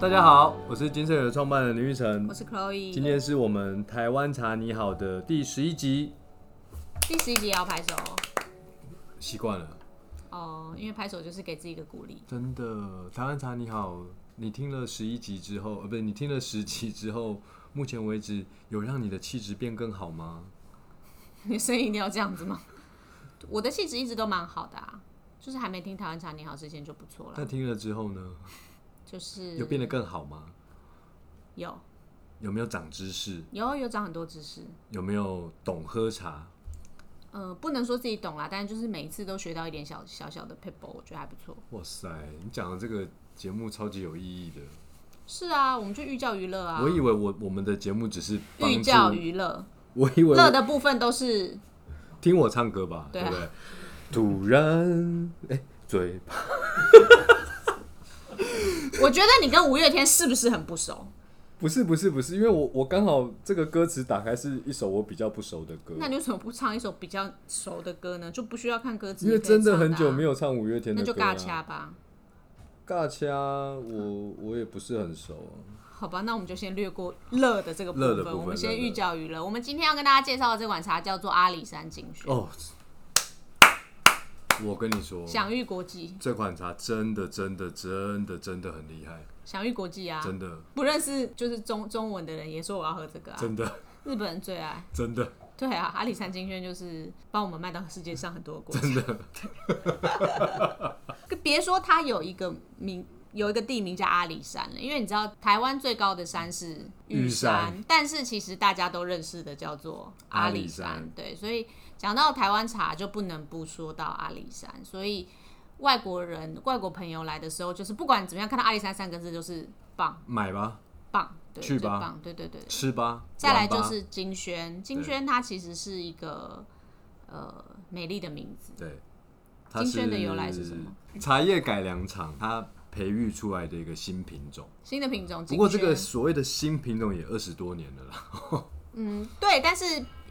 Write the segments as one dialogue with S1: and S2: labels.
S1: 大家好，我是金盛友创办人林玉成
S2: 我，是 Chloe。
S1: 今天是我们台湾茶你好的第十一集，
S2: 第十一集也要拍手哦
S1: 习惯了，
S2: 哦，因为拍手就是给自己一个鼓励。
S1: 真的，台湾茶你好，你听了十一集之后，呃，不是你听了十集之后，目前为止有让你的气质变更好吗？
S2: 你声音一定要这样子吗？我的气质一直都蛮好的啊，就是还没听台湾茶你好之前就不错了
S1: 那，听了之后呢，
S2: 就是
S1: 有变得更好吗？
S2: 有
S1: 有没有长知识？
S2: 有有长很多知识。
S1: 有没有懂喝茶？
S2: 呃，不能说自己懂啦，但是就是每一次都学到一点小小小的 p e b b l e 我觉得还不错。
S1: 哇塞，你讲的这个节目超级有意义的。
S2: 是啊，我们就寓教于乐啊
S1: 我，以为我我们的节目只是帮
S2: 寓
S1: 助
S2: 教于乐，
S1: 我以为
S2: 乐的部分都是
S1: 听我唱歌吧，对
S2: 对啊
S1: 不对？突然，哎、嘴巴
S2: 我觉得你跟五月天是不是很不熟？
S1: 不是不是不是，因为我我刚好这个歌词打开是一首我比较不熟的歌，
S2: 那你为什么不唱一首比较熟的歌呢？就不需要看歌词、
S1: 因为真的很久没
S2: 有、
S1: 有唱五月天
S2: 那
S1: 的
S2: 就
S1: 歌、
S2: 尬
S1: 啊。
S2: 掐吧。
S1: 尬掐，我我也不是很熟、啊。
S2: 好吧，那我们就先略过乐的这个部
S1: 乐
S2: 分，
S1: 的部分
S2: 我们先寓教于乐。我们今天要跟大家介绍的这款茶叫做阿里山精选，
S1: 哦，我跟你说，
S2: 享誉国际，
S1: 这款茶真的真的真的真的很厉害，
S2: 享誉国际啊！
S1: 真的
S2: 不认识就是中中文的人也说我要喝这个啊，
S1: 真的
S2: 日本人最爱。
S1: 真的
S2: 对啊，阿里山精选就是帮我们卖到世界上很多个国
S1: 真
S2: 家。
S1: 的，
S2: 别说它有一个名，有一个地名叫阿里山了，因为你知道台湾最高的山是
S1: 玉
S2: 玉
S1: 山
S2: 但是其实大家都认识的叫做阿里山。
S1: 阿里山
S2: 对，所以讲到台湾茶就不能不说到阿里山，所以外国人、外国朋友来的时候，就是不管怎么样看到阿里山三个字就是棒
S1: 买吧，
S2: 棒，对，
S1: 去吧
S2: 最棒，对对对。
S1: 吃吧，
S2: 再
S1: 玩
S2: 来
S1: 吧
S2: 就是金萱，金萱它其实是一个呃美丽的名字，
S1: 对，它
S2: 金萱的由来是什么？
S1: 茶叶改良厂它培育出来的一个新品种。
S2: 新的品种。
S1: 不过这
S2: 金
S1: 个
S2: 萱
S1: 所谓的新品种也二十多年了啦。
S2: 嗯，对，但是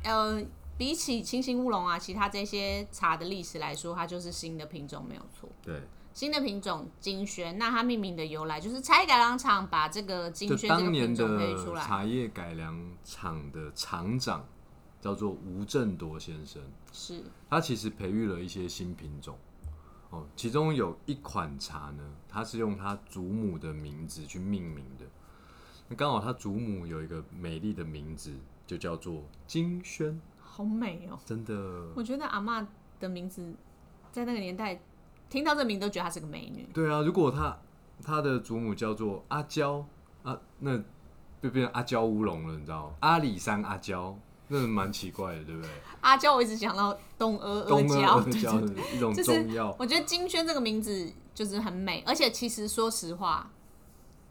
S2: 呃，比起清新乌龙啊，其他这些茶的历史来说，它就是新的品种没有错。
S1: 对，
S2: 新的品种金萱，那它命名的由来就是茶叶改良厂把这个金
S1: 就
S2: 萱这个
S1: 当年
S2: 品种培育
S1: 的
S2: 出来，
S1: 茶叶改良厂的厂长叫做吴振铎先生，
S2: 是
S1: 他其实培育了一些新品种。哦，其中有一款茶呢，它是用他祖母的名字去命名的。那刚好他祖母有一个美丽的名字，就叫做金萱，
S2: 好美哦！
S1: 真的
S2: 我觉得阿嬷的名字在那个年代听到这名都觉得她是个美女，
S1: 对啊，如果他他的祖母叫做阿娇啊，那就变成阿娇乌龙了，你知道吗？阿里山阿娇，那蛮奇怪的，对 不对？
S2: 阿娇，我一直想到东阿阿
S1: 东阿阿
S2: 娇，
S1: 娇 的一种
S2: 就是
S1: 中药，
S2: 我觉得金萱这个名字就是很美，而且其实说实话，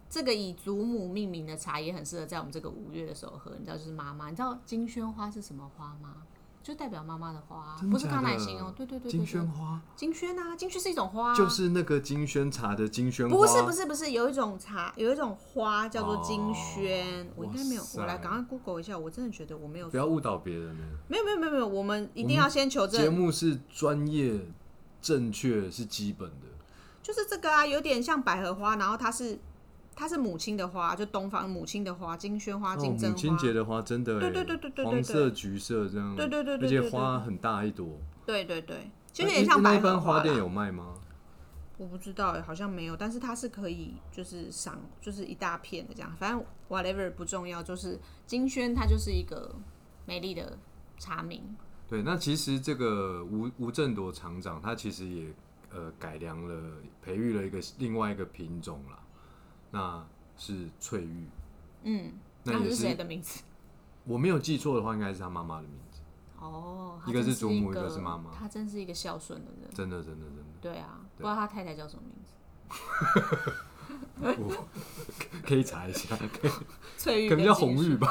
S2: 这个以祖母命名的茶也很适合在我们这个五月的时候喝。你知道，就是妈妈，你知道金萱花是什么花吗？就代表妈妈的花啊，
S1: 真
S2: 不是
S1: 假
S2: 康乃
S1: 的
S2: 馨哦。对对对对
S1: 金
S2: 对
S1: 萱花
S2: 金萱啊，金萱是一种花啊、
S1: 就是那个金萱茶的金萱花，
S2: 不是不是不是，有一种茶，有一种花叫做金萱。
S1: 哦
S2: 我应该没有
S1: 哇，塞
S2: 我来赶快 Google 一下。我真的觉得我没有
S1: 不，要误导别人呢。
S2: 没有没有没有没有，我们一定要先求证
S1: 节目是专业、正确是基本的，
S2: 就是这个啊，有点像百合花，然后它是它是母亲的花，就东方母亲的花，金萱花、
S1: 哦，
S2: 金针
S1: 母
S2: 花
S1: 亲，节的花真的欸，
S2: 对对对对对对
S1: 黄色、橘色这样，
S2: 对对对对
S1: 而且
S2: 对对
S1: 花很大一朵，
S2: 对对对，
S1: 那
S2: 其实有点
S1: 一
S2: 像
S1: 那
S2: 百
S1: 一般
S2: 合
S1: 花
S2: 花
S1: 店
S2: 啦。
S1: 有卖吗？
S2: 我不知道欸，好像没有，但是它是可以就是赏，就是一大片的这样，反正 whatever 不重要，就是金萱它就是一个美丽的茶名，
S1: 对，那其实这个吴吴振铎厂长，他其实也呃改良了，培育了一个另外一个品种啦，那是翠玉。
S2: 嗯，
S1: 那
S2: 那
S1: 也
S2: 是
S1: 是
S2: 谁的名字？
S1: 我没有记错的话，应该是他妈妈的名字。
S2: 哦，
S1: 一个是
S2: 是
S1: 祖母
S2: 一
S1: 一个是妈妈
S2: 他真是一个孝顺的人，
S1: 真的，真的，真
S2: 对啊，不知道他太太叫什么名字，
S1: 的，我可以查一 下，可
S2: 翠玉
S1: 能
S2: 跟
S1: 叫
S2: 金
S1: 红
S2: 萱
S1: 玉吧。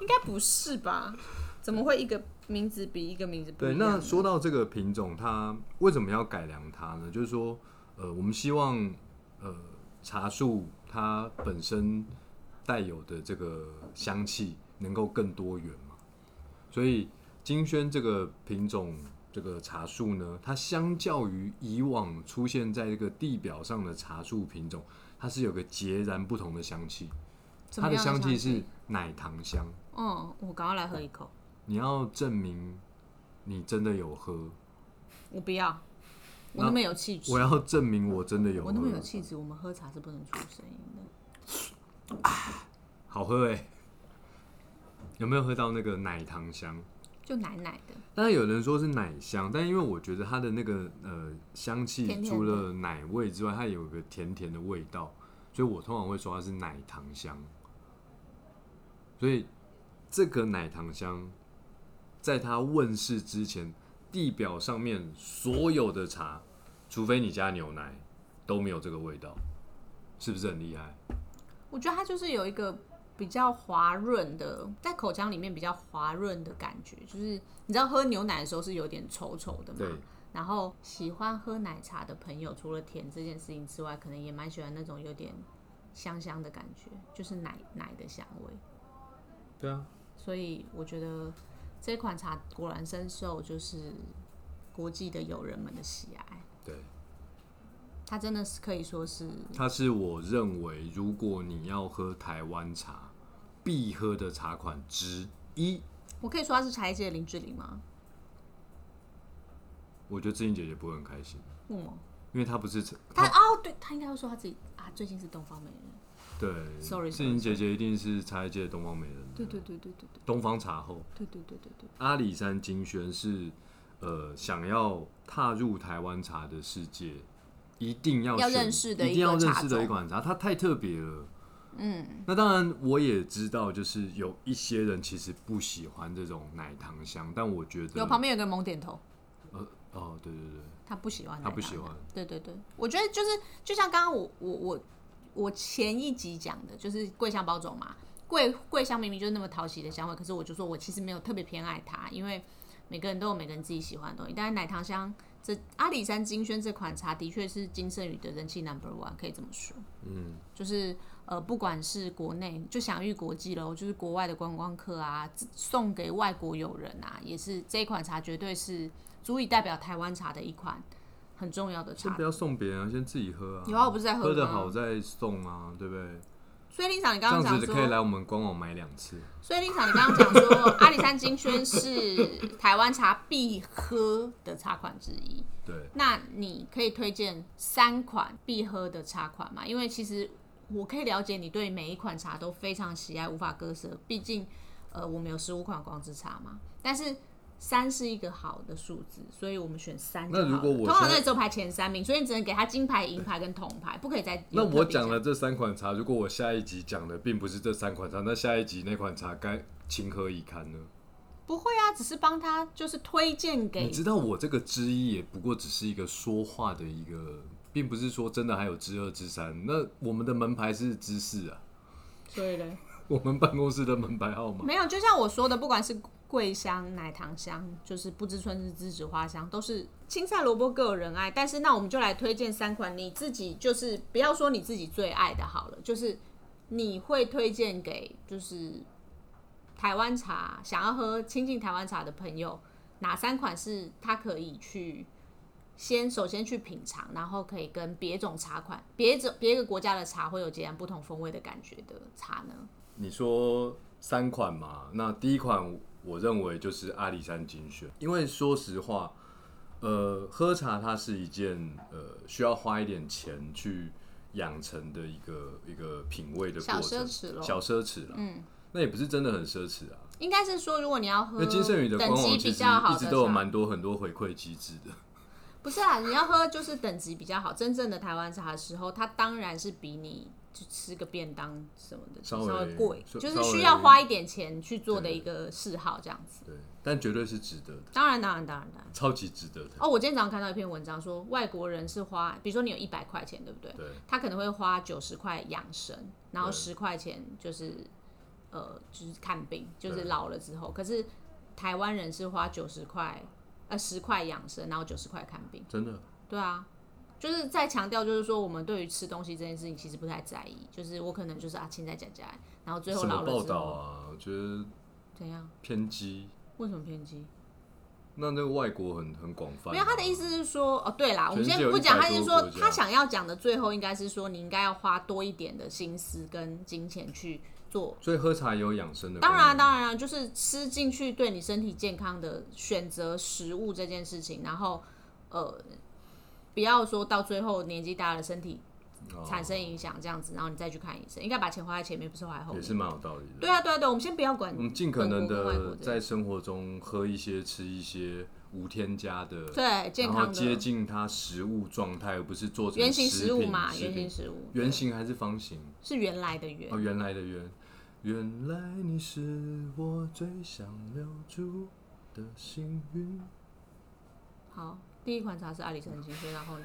S2: 应该不是吧？怎么会一个名字比一个名字不
S1: 对，
S2: 一样？
S1: 那说到这个品种，它为什么要改良它呢？就是说，呃，我们希望呃茶树它本身带有的这个香气能够更多元嘛。所以金萱这个品种这个茶树呢，它相较于以往出现在这个地表上的茶树品种，它是有个截然不同的香气，
S2: 怎
S1: 它
S2: 么
S1: 的
S2: 样
S1: 香
S2: 气
S1: 气是奶糖香。
S2: 嗯，我赶快来喝一口。
S1: 你要证明你真的有喝，
S2: 我不要，我
S1: 那
S2: 那么有气质
S1: 我，要证明我真的有喝，嗯
S2: 我那么有气质，我们喝茶是不能出声音的。
S1: 好喝哎、 有没有喝到那个奶糖香？
S2: 就奶奶的，
S1: 当然有人说是奶香，但因为我觉得它的那个呃香气
S2: 甜甜的
S1: 除了奶味之外，它有一个甜甜的味道，所以我通常会说它是奶糖香。所以这个奶糖香，在它问世之前，地表上面所有的茶，除非你加牛奶，都没有这个味道，是不是很厉害？
S2: 我觉得它就是有一个比较滑润的，在口腔里面比较滑润的感觉，就是你知道喝牛奶的时候是有点稠稠的嘛。
S1: 对，
S2: 然后喜欢喝奶茶的朋友，除了甜这件事情之外，可能也蛮喜欢那种有点香香的感觉，就是奶奶的香味。
S1: 对啊，
S2: 所以我觉得这款茶果然深受就是国际的友人们的喜爱。
S1: 对。
S2: 它真的是可以说是
S1: 它是我认为，如果你要喝台湾茶，必喝的茶款之一。
S2: 我可以说它是茶叶界的林志玲吗？
S1: 我觉得志玲姐姐不会很开心，
S2: 嗯，
S1: 因为她不是她
S2: 他哦，对他应该要说他自己啊，最近是东方美人。
S1: 对
S2: Sorry，
S1: 志玲姐姐一定是茶叶界的东方美人，
S2: 对对对对对对
S1: 东方茶后。
S2: 对对对对对，
S1: 阿里山金萱是呃想要踏入台湾茶的世界，一定要
S2: 要
S1: 选
S2: 认识的
S1: 一
S2: 一
S1: 定要
S2: 个
S1: 认
S2: 茶
S1: 识的一
S2: 种
S1: 款茶，它太特别了。嗯，那当然我也知道，就是有一些人其实不喜欢这种奶糖香，但我觉得
S2: 有旁边有个人猛点头，
S1: 呃哦对对对，
S2: 他不喜欢奶
S1: 他
S2: 糖，
S1: 不喜欢
S2: 对对对，我觉得就是就像刚刚我我我我前一集讲的，就是桂香包种嘛，桂桂香明明就是那么讨喜的香味，可是我就说我其实没有特别偏爱它，因为每个人都有每个人自己喜欢的东西。但是奶糖香这阿里山金萱这款茶的确是金圣宇的人气 number one，可以这么说。嗯，就是呃，不管是国内就享誉国际喽，就是国外的观光客啊，送给外国友人啊，也是这一款茶绝对是足以代表台湾茶的一款很重要的茶
S1: 先不要送别人啊，先自己喝啊。
S2: 有啊我不是在喝
S1: 喝的
S2: 吗
S1: 好再送啊，对不对？
S2: 所以林场，你
S1: 这
S2: 刚刚
S1: 样
S2: 讲
S1: 子可以
S2: 说，
S1: 来我们官网买两次。
S2: 所以林场，你刚刚讲说，阿里山金萱是台湾茶必喝的茶款之一。
S1: 对，
S2: 那你可以推荐三款必喝的茶款吗？因为其实我可以了解你对每一款茶都非常喜爱，无法割舍。毕竟，呃，我们有十五款光之茶嘛，但是。三是一个好的数字，所以我们选三就好了。
S1: 那如果我
S2: 通常
S1: 现在
S2: 那时候排前三名，所以你只能给他金牌、银牌跟铜牌，不可以再
S1: 那
S2: 有特
S1: 我
S2: 别
S1: 讲了这三款茶，如果我下一集讲的并不是这三款茶，那下一集那款茶该情何以堪呢？
S2: 不会啊，只是帮他就是推荐
S1: 你
S2: 给
S1: 知道我这个之一也不过只是一个说话的一个，并不是说真的还有之二之三。那我们的门牌是之四啊，
S2: 所以呢，
S1: 我们办公室的门牌号码。
S2: 没有，就像我说的，不管是桂香、奶糖香，就是不知春日栀子花香，都是青菜萝卜各有人爱。但是那我们就来推荐三款，你自己就是不要说你自己最爱的好了，就是你会推荐给就是台湾茶想要喝亲近台湾茶的朋友，哪三款是他可以去？先首先去品尝，然后可以跟别种茶款、别种别个国家的茶会有截然不同风味的感觉的茶呢？
S1: 你说三款嘛，那第一款我认为就是阿里山精选，因为说实话，呃，喝茶它是一件呃需要花一点钱去养成的一个一个品味的过
S2: 小
S1: 程，
S2: 奢侈咯
S1: 小奢侈了。嗯，那也不是真的很奢侈啊。
S2: 应该是说，如果你要
S1: 因
S2: 喝
S1: 为金圣宇的官
S2: 嗯等级
S1: 网其
S2: 比
S1: 实
S2: 较好
S1: 一
S2: 的
S1: 直
S2: 茶，
S1: 都有蛮多很多回馈机制的。
S2: 不是啦，你要喝就是等级比较好，真正的台湾茶的时候，它当然是比你就吃个便当什么的
S1: 稍微
S2: 微贵，
S1: 稍
S2: 就是需要花一点钱去做的
S1: 对
S2: 一个嗜好这样子。
S1: 对，但绝对是值得的，
S2: 当然，当然，当然，当然。
S1: 超级值得的。
S2: 哦，我今天早上看到一篇文章说，外国人是花，比如说你有一百块钱，对不对？
S1: 对，
S2: 他可能会花九十块养生，然后
S1: 对
S2: 十块钱就是呃就是看病，就是
S1: 对
S2: 老了之后。可是台湾人是花九十块呃十块养生，然后九十块看病。
S1: 真的，
S2: 对啊，就是在强调，就是说我们对于吃东西这件事情其实不太在意，就是我可能就是啊，青菜夹夹，然后最后
S1: 什
S2: 老
S1: 么
S2: 了
S1: 报
S2: 之
S1: 道啊
S2: 后
S1: 啊？我觉得
S2: 怎样？
S1: 偏激，
S2: 为什么偏激？
S1: 那那个外国很很广泛啊，
S2: 没有，他的意思是说，哦，对啦，我们
S1: 全
S2: 先
S1: 世界有
S2: 不讲，
S1: 100
S2: 他是
S1: 多
S2: 说
S1: 个国家
S2: 他想要讲的最后应该是说，你应该要花多一点的心思跟金钱去做。
S1: 所以喝茶也有养生的嗯功
S2: 当
S1: 能，
S2: 然啊，当然啊，就是吃进去对你身体健康的选择食物这件事情，然后呃，不要说到最后年纪大了身体
S1: 哦
S2: 产生影响这样子，然后你再去看医生，应该把钱花在前面，不是花在后
S1: 也
S2: 面。
S1: 是蛮有道理的。
S2: 对啊，对啊，对啊，我们先不要管
S1: 我们尽可能
S2: 本国跟外国
S1: 的
S2: 这
S1: 在生活中喝一些、吃一些无添加的，
S2: 对健
S1: 然后
S2: 康
S1: 接
S2: 的
S1: 近它食物状态，而不是做成
S2: 圆形
S1: 食
S2: 食物
S1: 品
S2: 嘛，
S1: 食
S2: 圆
S1: 品
S2: 形食物
S1: 圆形还是方形？
S2: 是原来的圆
S1: 哦，，原来的圆。原来你是我最想留住的幸运。
S2: 好，第一款茶是阿里山金萱，然后呢？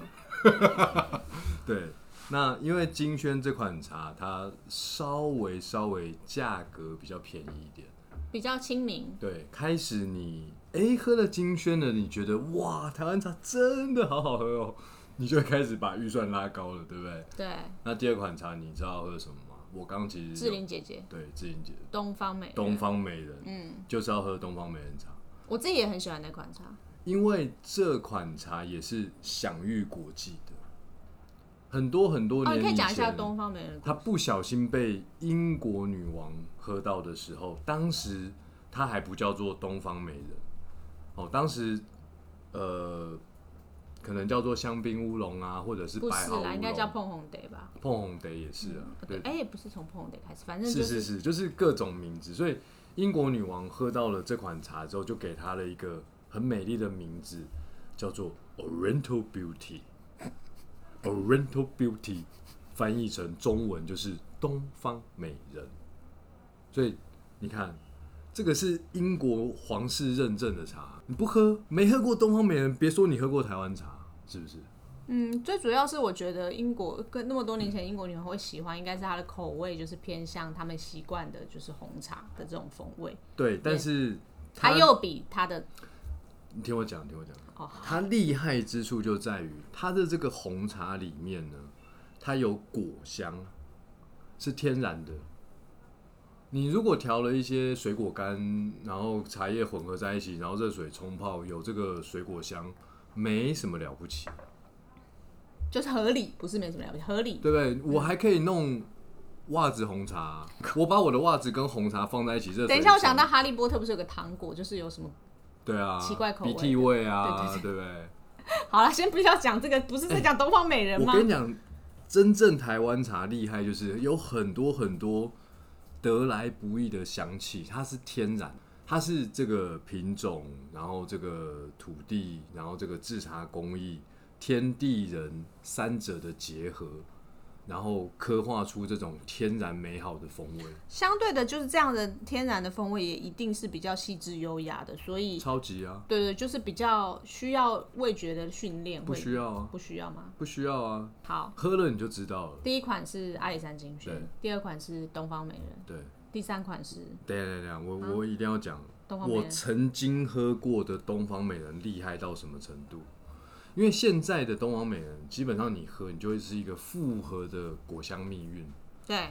S1: 对，那因为金萱这款茶，它稍微稍微价格比较便宜一点。
S2: 比较亲民，
S1: 对，开始你哎喝了金萱了，你觉得哇，台湾茶真的好好喝哦，你就会开始把预算拉高了，对不对？
S2: 对，
S1: 那第二款茶你知道喝什么吗？我刚刚其实
S2: 志
S1: 有
S2: 玲姐姐，
S1: 对志玲姐
S2: 东方美
S1: 嗯
S2: 人，
S1: 东方美人
S2: 嗯，
S1: 就是要喝东方美人茶，
S2: 我自己也很喜欢那款茶，
S1: 因为这款茶也是享誉国际的，很多很多
S2: 哦，
S1: 年
S2: 你可以
S1: 以
S2: 讲一下
S1: 前，
S2: 东方美人的故
S1: 他
S2: 事，
S1: 不小心被英国女王喝到的时候，当时他还不叫做东方美人，哦，当时呃，可能叫做香槟乌龙啊，或者是
S2: 不
S1: 白
S2: 是
S1: 毫乌
S2: 啦，
S1: 龙，
S2: 应该叫碰红得吧？
S1: 碰红得也是啊，对，
S2: 哎，不是从碰红得开始，反正就是
S1: 是是，就是各种名字，所以英国女王喝到了这款茶之后，就给她了一个很美丽的名字，叫做 Oriental Beauty。Oriental Beauty 翻译成中文就是东方美人。所以你看，这个是英国皇室认证的茶，你不喝，没喝过东方美人，别说你喝过台湾茶，是不是？
S2: 嗯，最主要是我觉得英国跟那么多年前英国女王会喜欢，应该是她的口味就是偏向他们习惯的，就是红茶的这种风味，
S1: 对，但是它
S2: 它又比它的
S1: 你听我讲，听我讲。
S2: 哦
S1: 它厉害之处就在于它的这个红茶里面呢，它有果香，是天然的。你如果调了一些水果干，然后茶叶混合在一起，然后热水冲泡，有这个水果香，没什么了不起，
S2: 就是合理，不是没什么了不起，合理，
S1: 对不对？我还可以弄袜子红茶，我把我的袜子跟红茶放在一起热水。
S2: 等一下，我想到《哈利波特》不是有个糖果，就是有什么？
S1: 对啊，
S2: 奇怪口味
S1: 鼻
S2: 的
S1: 涕味啊，
S2: 对
S1: 对不对？
S2: 好了，先不要讲这个，不是在 讲东方美人
S1: 哎我
S2: 吗？
S1: 跟你讲，真正台湾茶厉害就是有很多很多得来不易的香气，它是天然，它是这个品种，然后这个土地，然后这个制茶工艺，天地人三者的结合，然后刻画出这种天然美好的风味，
S2: 相对的，就是这样的天然的风味，也一定是比较细致优雅的，所以
S1: 超级啊，
S2: 对对，就是比较需要味觉的训练，
S1: 不
S2: 会
S1: 需要啊，
S2: 不需要吗？
S1: 不需要啊，
S2: 好，
S1: 喝了你就知道了。
S2: 第一款是阿里山金
S1: 对
S2: 萱，第二款是东方美人，
S1: 对，
S2: 第三款是
S1: 等一下等一下，我
S2: 啊
S1: 我一定要讲。
S2: 东方美
S1: 我
S2: 人。
S1: 曾经喝过的东方美人厉害到什么程度？因为现在的东方美人，基本上你喝，你就会是一个复合的果香蜜韵。
S2: 对，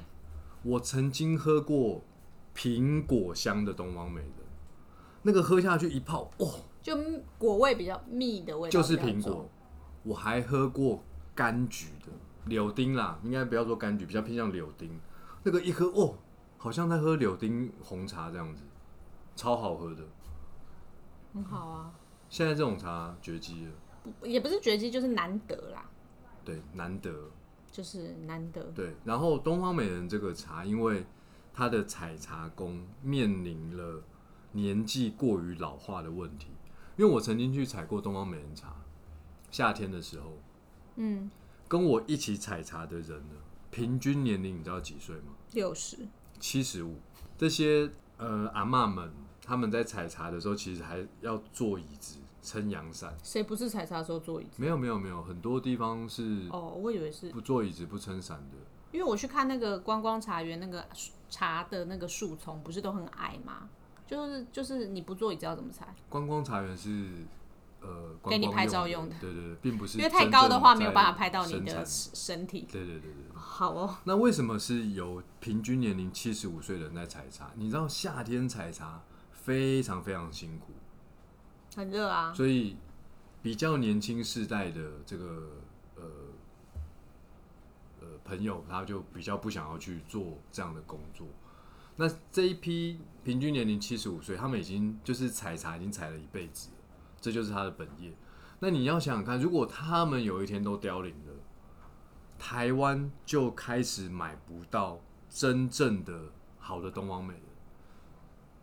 S1: 我曾经喝过苹果香的东方美人，那个喝下去一泡，哦，
S2: 就果味比较密的味道，
S1: 就是苹。果。我还喝过柑橘的柳丁啦，应该不要说柑橘，比较偏向柳丁。那个一喝，哦，好像在喝柳丁红茶这样子，超好喝的。
S2: 很好啊，
S1: 现在这种茶绝迹了。
S2: 不也不是绝技，就是难得啦，
S1: 对，难得。
S2: 就是难得。
S1: 对，然后东方美人这个茶，因为它的采茶工面临了年纪过于老化的问题，因为我曾经去采过东方美人茶，夏天的时候，
S2: 嗯，
S1: 跟我一起采茶的人呢，平均年龄你知道几岁吗？
S2: 六十，
S1: 七十五。这些呃阿嬷们，他们在采茶的时候，其实还要坐椅子、撑阳伞。
S2: 谁不是采茶的时候坐椅子？
S1: 没有没有没有，很多地方是
S2: 哦，我以为是
S1: 不坐椅子、不撑伞的。
S2: 因为我去看那个观光茶园，那个茶的那个树丛不是都很矮吗？就是就是你不做，你知道怎么采？
S1: 观光茶园是呃
S2: 给
S1: 观
S2: 你
S1: 光
S2: 拍照用的
S1: 的，对对对，并不是
S2: 因为太高的话
S1: 真
S2: 没
S1: 正
S2: 有办法拍到你
S1: 生
S2: 的
S1: 产
S2: 身体。
S1: 对对对对。
S2: 好哦，
S1: 那为什么是由平均年龄七十五岁的人在采茶？你知道夏天采茶非常非常辛苦，
S2: 很热啊，
S1: 所以比较年轻世代的这个呃呃朋友，他就比较不想要去做这样的工作。那这一批平均年龄七十五岁，他们已经就是采茶已经采了一辈子了，这就是他的本业。那你要想想看，如果他们有一天都凋零了，台湾就开始买不到真正的好的东方美人。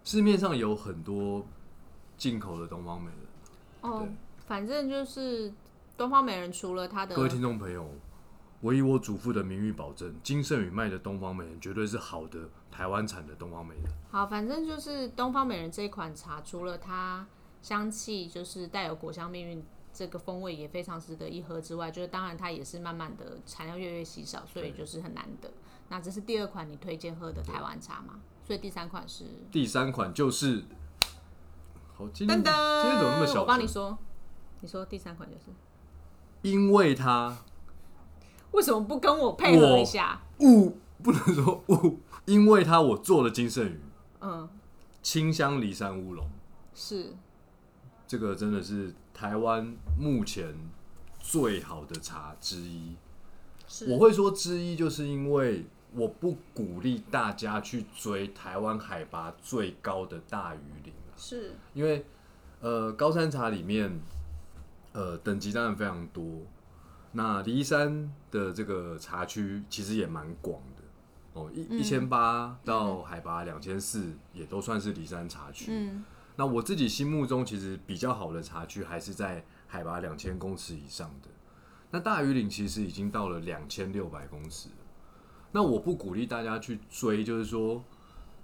S1: 市面上有很多进口的东方美人。
S2: 哦
S1: 对，
S2: 反正就是东方美人除了它的
S1: 各位听众朋友，我以我祖父的名誉保证，金圣宇卖的东方美人绝对是好的台湾产的东方美人。
S2: 好，反正就是东方美人这一款茶，除了它香气就是带有果香命运，这个风味也非常值得一喝之外，就是当然它也是慢慢的产量越来越稀少，所以就是很难得。那这是第二款你推荐喝的台湾茶嘛？所以第三款是
S1: 第三款就是，好，今天
S2: 噔噔，
S1: 今天怎么那么小声？
S2: 我帮你说，你说第三款就是
S1: 因为它
S2: 为什么不跟我配合一下？
S1: 误不能说误，因为它我做了金圣宇
S2: 嗯，
S1: 清香骊山乌龙，
S2: 是
S1: 这个真的是台湾目前最好的茶之一。我
S2: 是，
S1: 会说之一，就是因为我不鼓励大家去追台湾海拔最高的大鱼岭啊
S2: 是
S1: 因为呃高山茶里面呃等级当然非常多，那离山的这个茶区其实也蛮广的哦，一一千八到海拔两千四也都算是离山茶区。
S2: 嗯
S1: 那我自己心目中其实比较好的茶区还是在海拔两千公尺以上的。那大余岭其实已经到了两千六百公尺了。那我不鼓励大家去追，就是说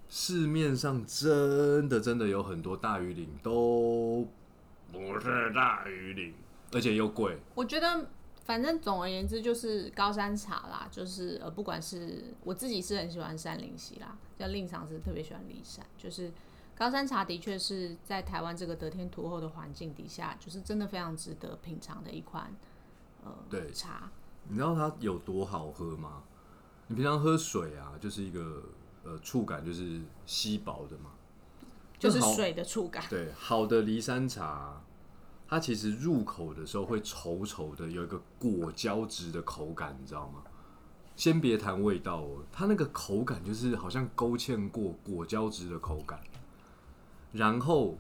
S1: 市面上真的真的有很多大余岭都不是大余岭，而且又贵。
S2: 我觉得，反正总而言之就是高山茶啦，就是呃，不管是我自己是很喜欢山林溪啦，像令赏是特别喜欢离山，就是高山茶的确是在台湾这个得天独厚的环境底下，就是真的非常值得品尝的一款呃
S1: 对
S2: 茶。
S1: 你知道它有多好喝吗？你平常喝水啊，就是一个呃触感就是稀薄的嘛，
S2: 就是
S1: 那好
S2: 水的触感，
S1: 对，好的离山茶，它其实入口的时候会稠稠的，有一个果胶质的口感，你知道吗？先别谈味道哦，它那个口感就是好像勾芡过果胶质的口感，然后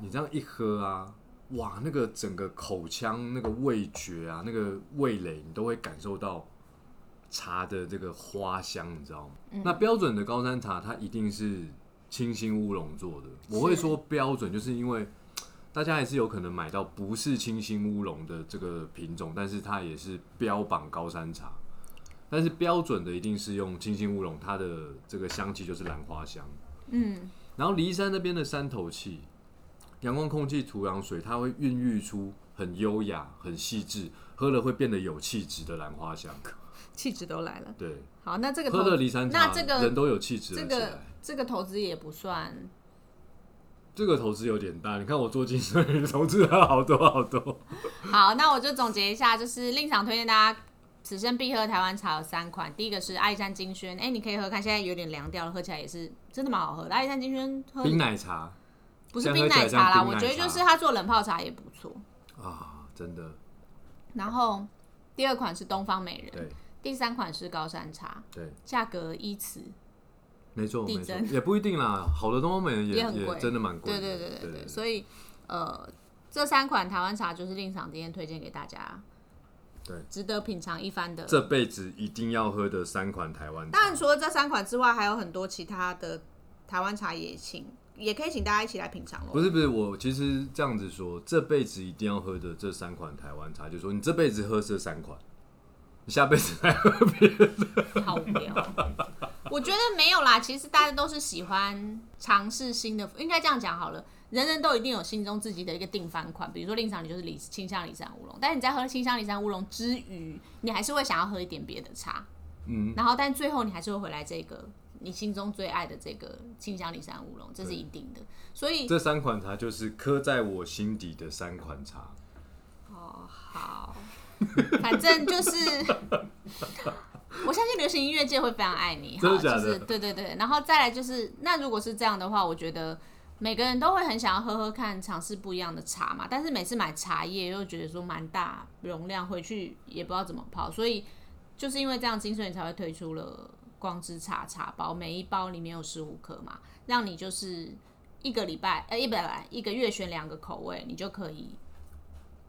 S1: 你这样一喝啊，哇，那个整个口腔那个味觉啊，那个味蕾，你都会感受到茶的这个花香，你知道吗？那标准的高山茶，它一定是清新乌龙做的。我会说标准，就是因为大家还是有可能买到不是清新乌龙的这个品种，但是它也是标榜高山茶。但是标准的一定是用清新乌龙，它的这个香气就是兰花香。
S2: 嗯，
S1: 然后骊山那边的山头气，阳光、空气、土壤、水，它会孕育出很优雅、很细致，喝了会变得有气质的兰花香。
S2: 气质都来了。
S1: 对，
S2: 好，那这个
S1: 喝
S2: 投
S1: 了骊山茶，
S2: 那这个
S1: 人都有气质
S2: 这
S1: 了起
S2: 个
S1: 来。
S2: 这个投资也不算，
S1: 这个投资有点大，你看我做金生鱼投资了好多好多。
S2: 好，那我就总结一下，就是令赏推荐大家此生必喝的台湾茶有三款，第一个是爱山金萱，哎、你可以喝看，现在有点凉掉了，喝起来也是真的蛮好喝的。爱山金萱喝
S1: 冰奶茶
S2: 不
S1: 现
S2: 是
S1: 在
S2: 冰
S1: 喝起来
S2: 奶茶啦，
S1: 像冰
S2: 我
S1: 奶
S2: 觉得就
S1: 茶
S2: 是它做冷泡茶也不错。
S1: 啊，真的，
S2: 然后第二款是东方美人，
S1: 对
S2: 第三款是高山茶，
S1: 对，
S2: 价格依此。
S1: 没错
S2: 地
S1: 没错，
S2: 震
S1: 也不一定啦。好的东方美人也
S2: 也很贵
S1: 真的蛮贵
S2: 对
S1: 的，
S2: 对对
S1: 对
S2: 对对，所以呃，这三款台湾茶就是令赏今天推荐给大家，
S1: 对，
S2: 值得品尝一番的。
S1: 这辈子一定要喝的三款台湾茶
S2: 当。然，除了这三款之外，还有很多其他的台湾茶也请，也可以请大家一起来品尝
S1: 不
S2: 喽。
S1: 是不是，我其实这样子说，这辈子一定要喝的这三款台湾茶，就说你这辈子喝这三款，你下辈 子再喝。
S2: 好无 聊，我觉得没有啦。其实大家都是喜欢尝试新的，应该这样讲好了。人人都一定有心中自己的一个定番款，比如说令赏你就是李清香李山乌龙，但是你在喝清香李山乌龙之余，你还是会想要喝一点别的茶，
S1: 嗯，
S2: 然后但最后你还是会回来这个你心中最爱的这个清香李山乌龙，这是一定的。所以
S1: 这三款茶就是刻在我心底的三款茶。
S2: 哦，好， 反正就是， 我相信流行音乐界会非常爱你，
S1: 真的
S2: 好
S1: 假的
S2: 就是对对对，然后再来就是，那如果是这样的话，我觉得每个人都会很想要喝喝看，尝试不一样的茶嘛。但是每次买茶叶又觉得说蛮大容量，回去也不知道怎么泡，所以就是因为这样，金顺也才会推出了光之茶茶包，每一包里面有十五颗嘛，让你就是一个礼拜呃一本来一个月选两个口味，你就可以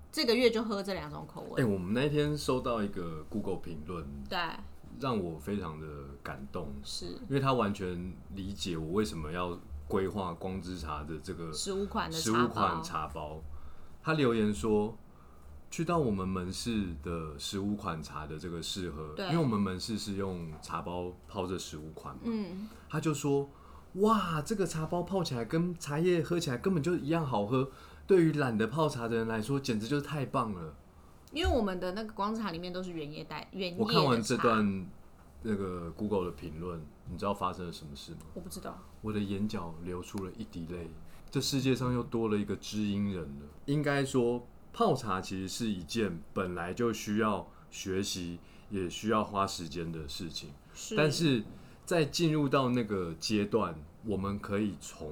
S2: 这个月就喝这两种口味。
S1: 哎、我们那天收到一个 Google 评论，
S2: 对，
S1: 让我非常的感动，
S2: 是
S1: 因为他完全理解我为什么要规划光之茶的这个
S2: 十五款的
S1: 呃十
S2: 茶
S1: 五款
S2: 包，
S1: 茶包。他留言说，去到我们门市的十五款茶的这个试喝，
S2: 对
S1: 因为我们门市是用茶包泡这十五款嘛，
S2: 嗯，
S1: 他就说，哇，这个茶包泡起来跟茶叶喝起来根本就一样好喝，对于懒得泡茶的人来说，简直就是太棒了。
S2: 因为我们的那个光之茶里面都是原叶带原叶的
S1: 我看完这
S2: 茶
S1: 段那个 Google 的评论，你知道发生了什么事吗？
S2: 我不知道。
S1: 我的眼角流出了一滴泪。这世界上又多了一个知音人了。应该说，泡茶其实是一件本来就需要学习，也需要花时间的事情。
S2: 是
S1: 但是在进入到那个阶段，我们可以从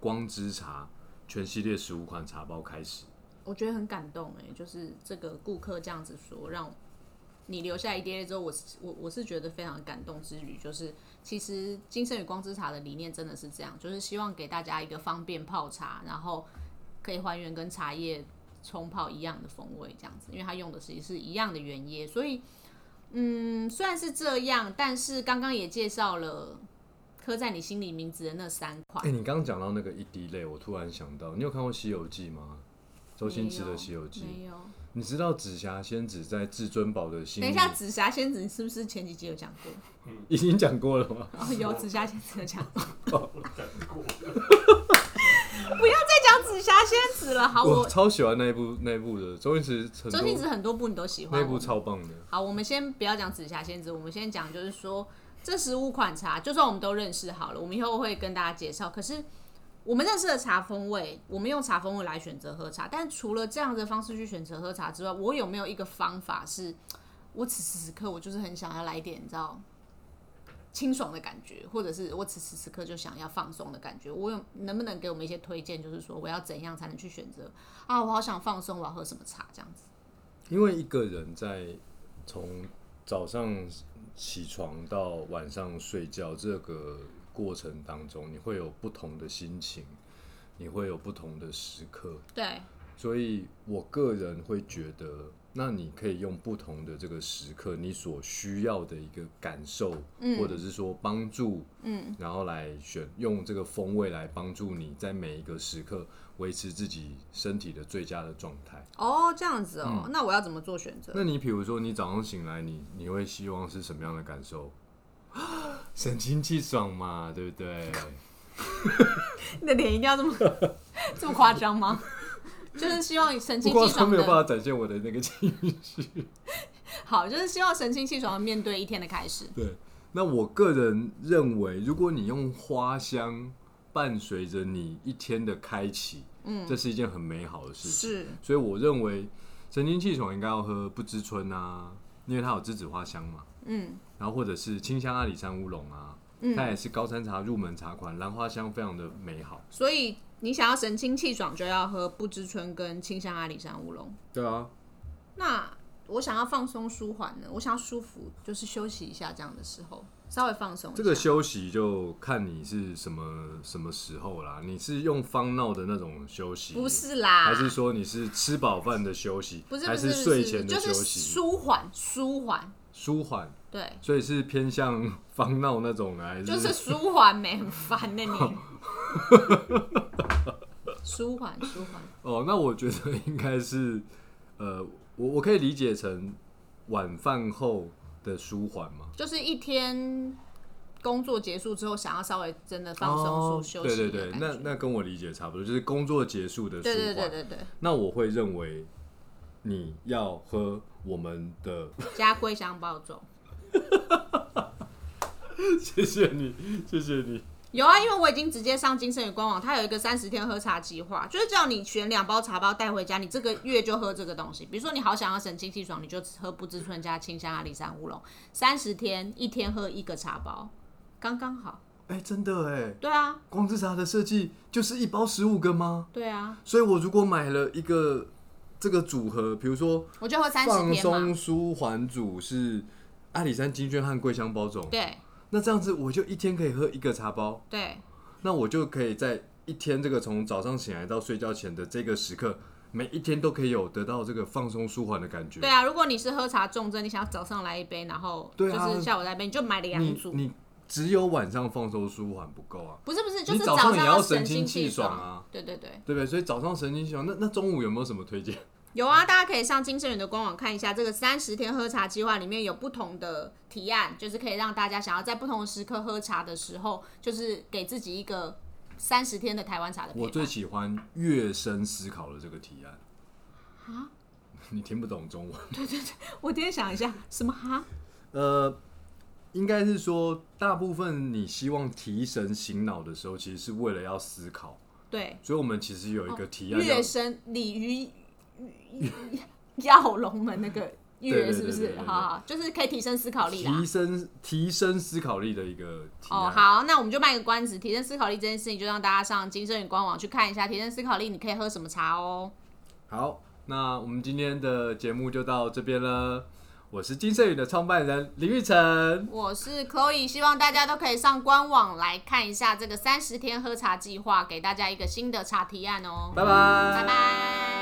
S1: 光之茶全系列十五款茶包开始。
S2: 我觉得很感动哎、就是这个顾客这样子说，让你留下一滴泪之后，我是我我是觉得非常感动之余，就是其实金盛与光之茶的理念真的是这样，就是希望给大家一个方便泡茶，然后可以还原跟茶叶冲泡一样的风味这样子，因为它用的其实是一样的原液，所以嗯，虽然是这样，但是刚刚也介绍了刻在你心里名字的那三款。
S1: 哎、你刚刚讲到那个一滴泪，我突然想到，你有看过《西游记》吗？周星驰的
S2: 没
S1: 《
S2: 有
S1: 西游记》，
S2: 没有。
S1: 你知道紫霞仙子在至尊宝的心里
S2: 等一下，紫霞仙子，你是不是前几集有讲过？
S1: 已经讲过了吗？
S2: 哦，有紫霞仙子的讲，
S3: 讲过，
S2: 不要再讲紫霞仙子了。好，
S1: 我
S2: 我
S1: 超喜欢那一部那一部的周星驰，很
S2: 周星
S1: 多
S2: 驰很多部你都喜
S1: 那一
S2: 欢。
S1: 部超棒的。
S2: 好，我们先不要讲紫霞仙子，我们先讲就是说这十五款茶，就算我们都认识好了，我们以后会跟大家介绍。可是我们认识的茶风味，我们用茶风味来选择喝茶，但除了这样的方式去选择喝茶之外，我有没有一个方法是，我此时此刻我就是很想要来一点，你知道？清爽的感觉，或者是我此时此刻就想要放松的感觉，我有能不能给我们一些推荐？就是说我要怎样才能去选择啊？我好想放松，我要喝什么茶这样子？
S1: 因为一个人在从早上起床到晚上睡觉这个过程当中，你会有不同的心情，你会有不同的时刻，
S2: 对，
S1: 所以我个人会觉得，那你可以用不同的这个时刻，你所需要的一个感受，
S2: 嗯
S1: 或者是说帮助，
S2: 嗯，
S1: 然后来选用这个风味来帮助你在每一个时刻维持自己身体的最佳的状态。
S2: 哦，这样子
S1: 嗯
S2: 哦，那我要怎么做选择？
S1: 那你比如说，你早上醒来，你你会希望是什么样的感受？ 神清气爽嘛，对不对？
S2: 你的脸一定要 这么这么夸张吗？ 就是希望神
S1: 不
S2: 清
S1: 过
S2: 气
S1: 他
S2: 爽
S1: 没有办法
S2: 的，
S1: 展现我的那个情绪。
S2: 好，就是希望神清气爽的面对一天的开始。
S1: 对，那我个人认为，如果你用花香伴随着你一天的开启，嗯，这是一件很美好的事情。
S2: 是，
S1: 所以我认为神清气爽应该要喝不知春啊，因为它有栀子花香嘛，
S2: 嗯，
S1: 然后或者是清香阿里山乌龙啊，
S2: 嗯
S1: 它也是高山茶入门茶款，兰花香非常的美好。
S2: 所以你想要神清气爽，就要喝不知春跟清香阿里山乌龙。
S1: 对啊，
S2: 那我想要放松舒缓呢，我想要舒服，就是休息一下这样的时候，稍微放松一下。
S1: 这个休息就看你是什么什么时候啦，你是用方闹的那种休息，
S2: 不是啦，
S1: 还是说你是吃饱饭的休息，
S2: 啊不是
S1: 还
S2: 不是不
S1: 睡前的
S2: 就
S1: 休
S2: 是
S1: 息，
S2: 舒缓舒缓，
S1: 舒缓，
S2: 对，
S1: 所以是偏向 方闹那种呢，还是
S2: 就是舒缓没很烦 的、你。舒缓舒缓，
S1: 哦？那我觉得应该是，呃，我我可以理解成晚饭后的舒缓嘛，
S2: 就是一天工作结束之后，想要稍微真的放松、
S1: 哦
S2: 舒休
S1: 对
S2: 息
S1: 对
S2: 的
S1: 对，
S2: 感觉
S1: 那那跟我理解差不多，就是工作结束的舒
S2: 对
S1: 缓。
S2: 对对对对，
S1: 那我会认为你要喝我们的。
S2: 加龟香爆粽。
S1: 谢谢你，谢谢你。
S2: 有啊，因为我已经直接上金盛宇官网，它有一个三十天喝茶计划，就是叫你选两包茶包带回家，你这个月就喝这个东西。比如说你好想要神清气爽，你就喝不知春加清香阿里山乌龙，三十天一天喝一个茶包，刚刚好。
S1: 哎、真的哎，
S2: 对啊，
S1: 光之茶的设计就是一包十五个吗？
S2: 对啊，
S1: 所以我如果买了一个这个组合，比如说
S2: 我就会三十
S1: 放
S2: 天
S1: 松
S2: 嘛。
S1: 舒缓组是阿里山金萱和桂香包种，
S2: 对
S1: 那这样子我就一天可以喝一个茶包，
S2: 对
S1: 那我就可以在一天这个从早上醒来到睡觉前的这个时刻，每一天都可以有得到这个放松舒缓的感觉。
S2: 对啊，如果你是喝茶重症，你想要早上来一杯，然后就
S1: 对啊
S2: 是下午来一杯，你就买两
S1: 你
S2: 组。
S1: 你只有晚上放松舒缓不够啊，
S2: 不是不是，就
S1: 你
S2: 是
S1: 早上也
S2: 上
S1: 要
S2: 神
S1: 神清气
S2: 气
S1: 爽啊。
S2: 对对对，
S1: 对不对？所以早上神经系统，那那中午有没有什么推荐？
S2: 有啊，大家可以上金盛源的官网看一下，这个三十天喝茶计划里面有不同的提案，就是可以让大家想要在不同的时刻喝茶的时候，就是给自己一个三十天的台湾茶的陪
S1: 我最
S2: 伴。
S1: 喜欢月深思考的这个提案。
S2: 啊，
S1: 你听不懂中文？
S2: 我今天想一下，什么哈？
S1: 呃，应该是说，大部分你希望提神醒脑的时候，其实是为了要思考。
S2: 对，
S1: 所以我们其实有一
S2: 哦
S1: 个提案叫
S2: 月升鲤鱼 跃龙门那个
S1: 对
S2: 月
S1: 对
S2: 是不
S1: 对
S2: 是
S1: 对对？对
S2: 好好，就是可以提升思考力啦
S1: 提。啊升提升思考力的一个提
S2: 哦，
S1: 案。
S2: 好，那我们就卖个关子，提升思考力这件事情，就让大家上金盛宇官网去看一下，提升思考力你可以喝什么茶哦。
S1: 好，那我们今天的节目就到这边了。我是金盛宇的创办人林玉成，
S2: 我是 Chloe，希望大家都可以上官网来看一下这个三十天喝茶计划，给大家一个新的茶提案哦。
S1: 拜拜，
S2: 拜拜。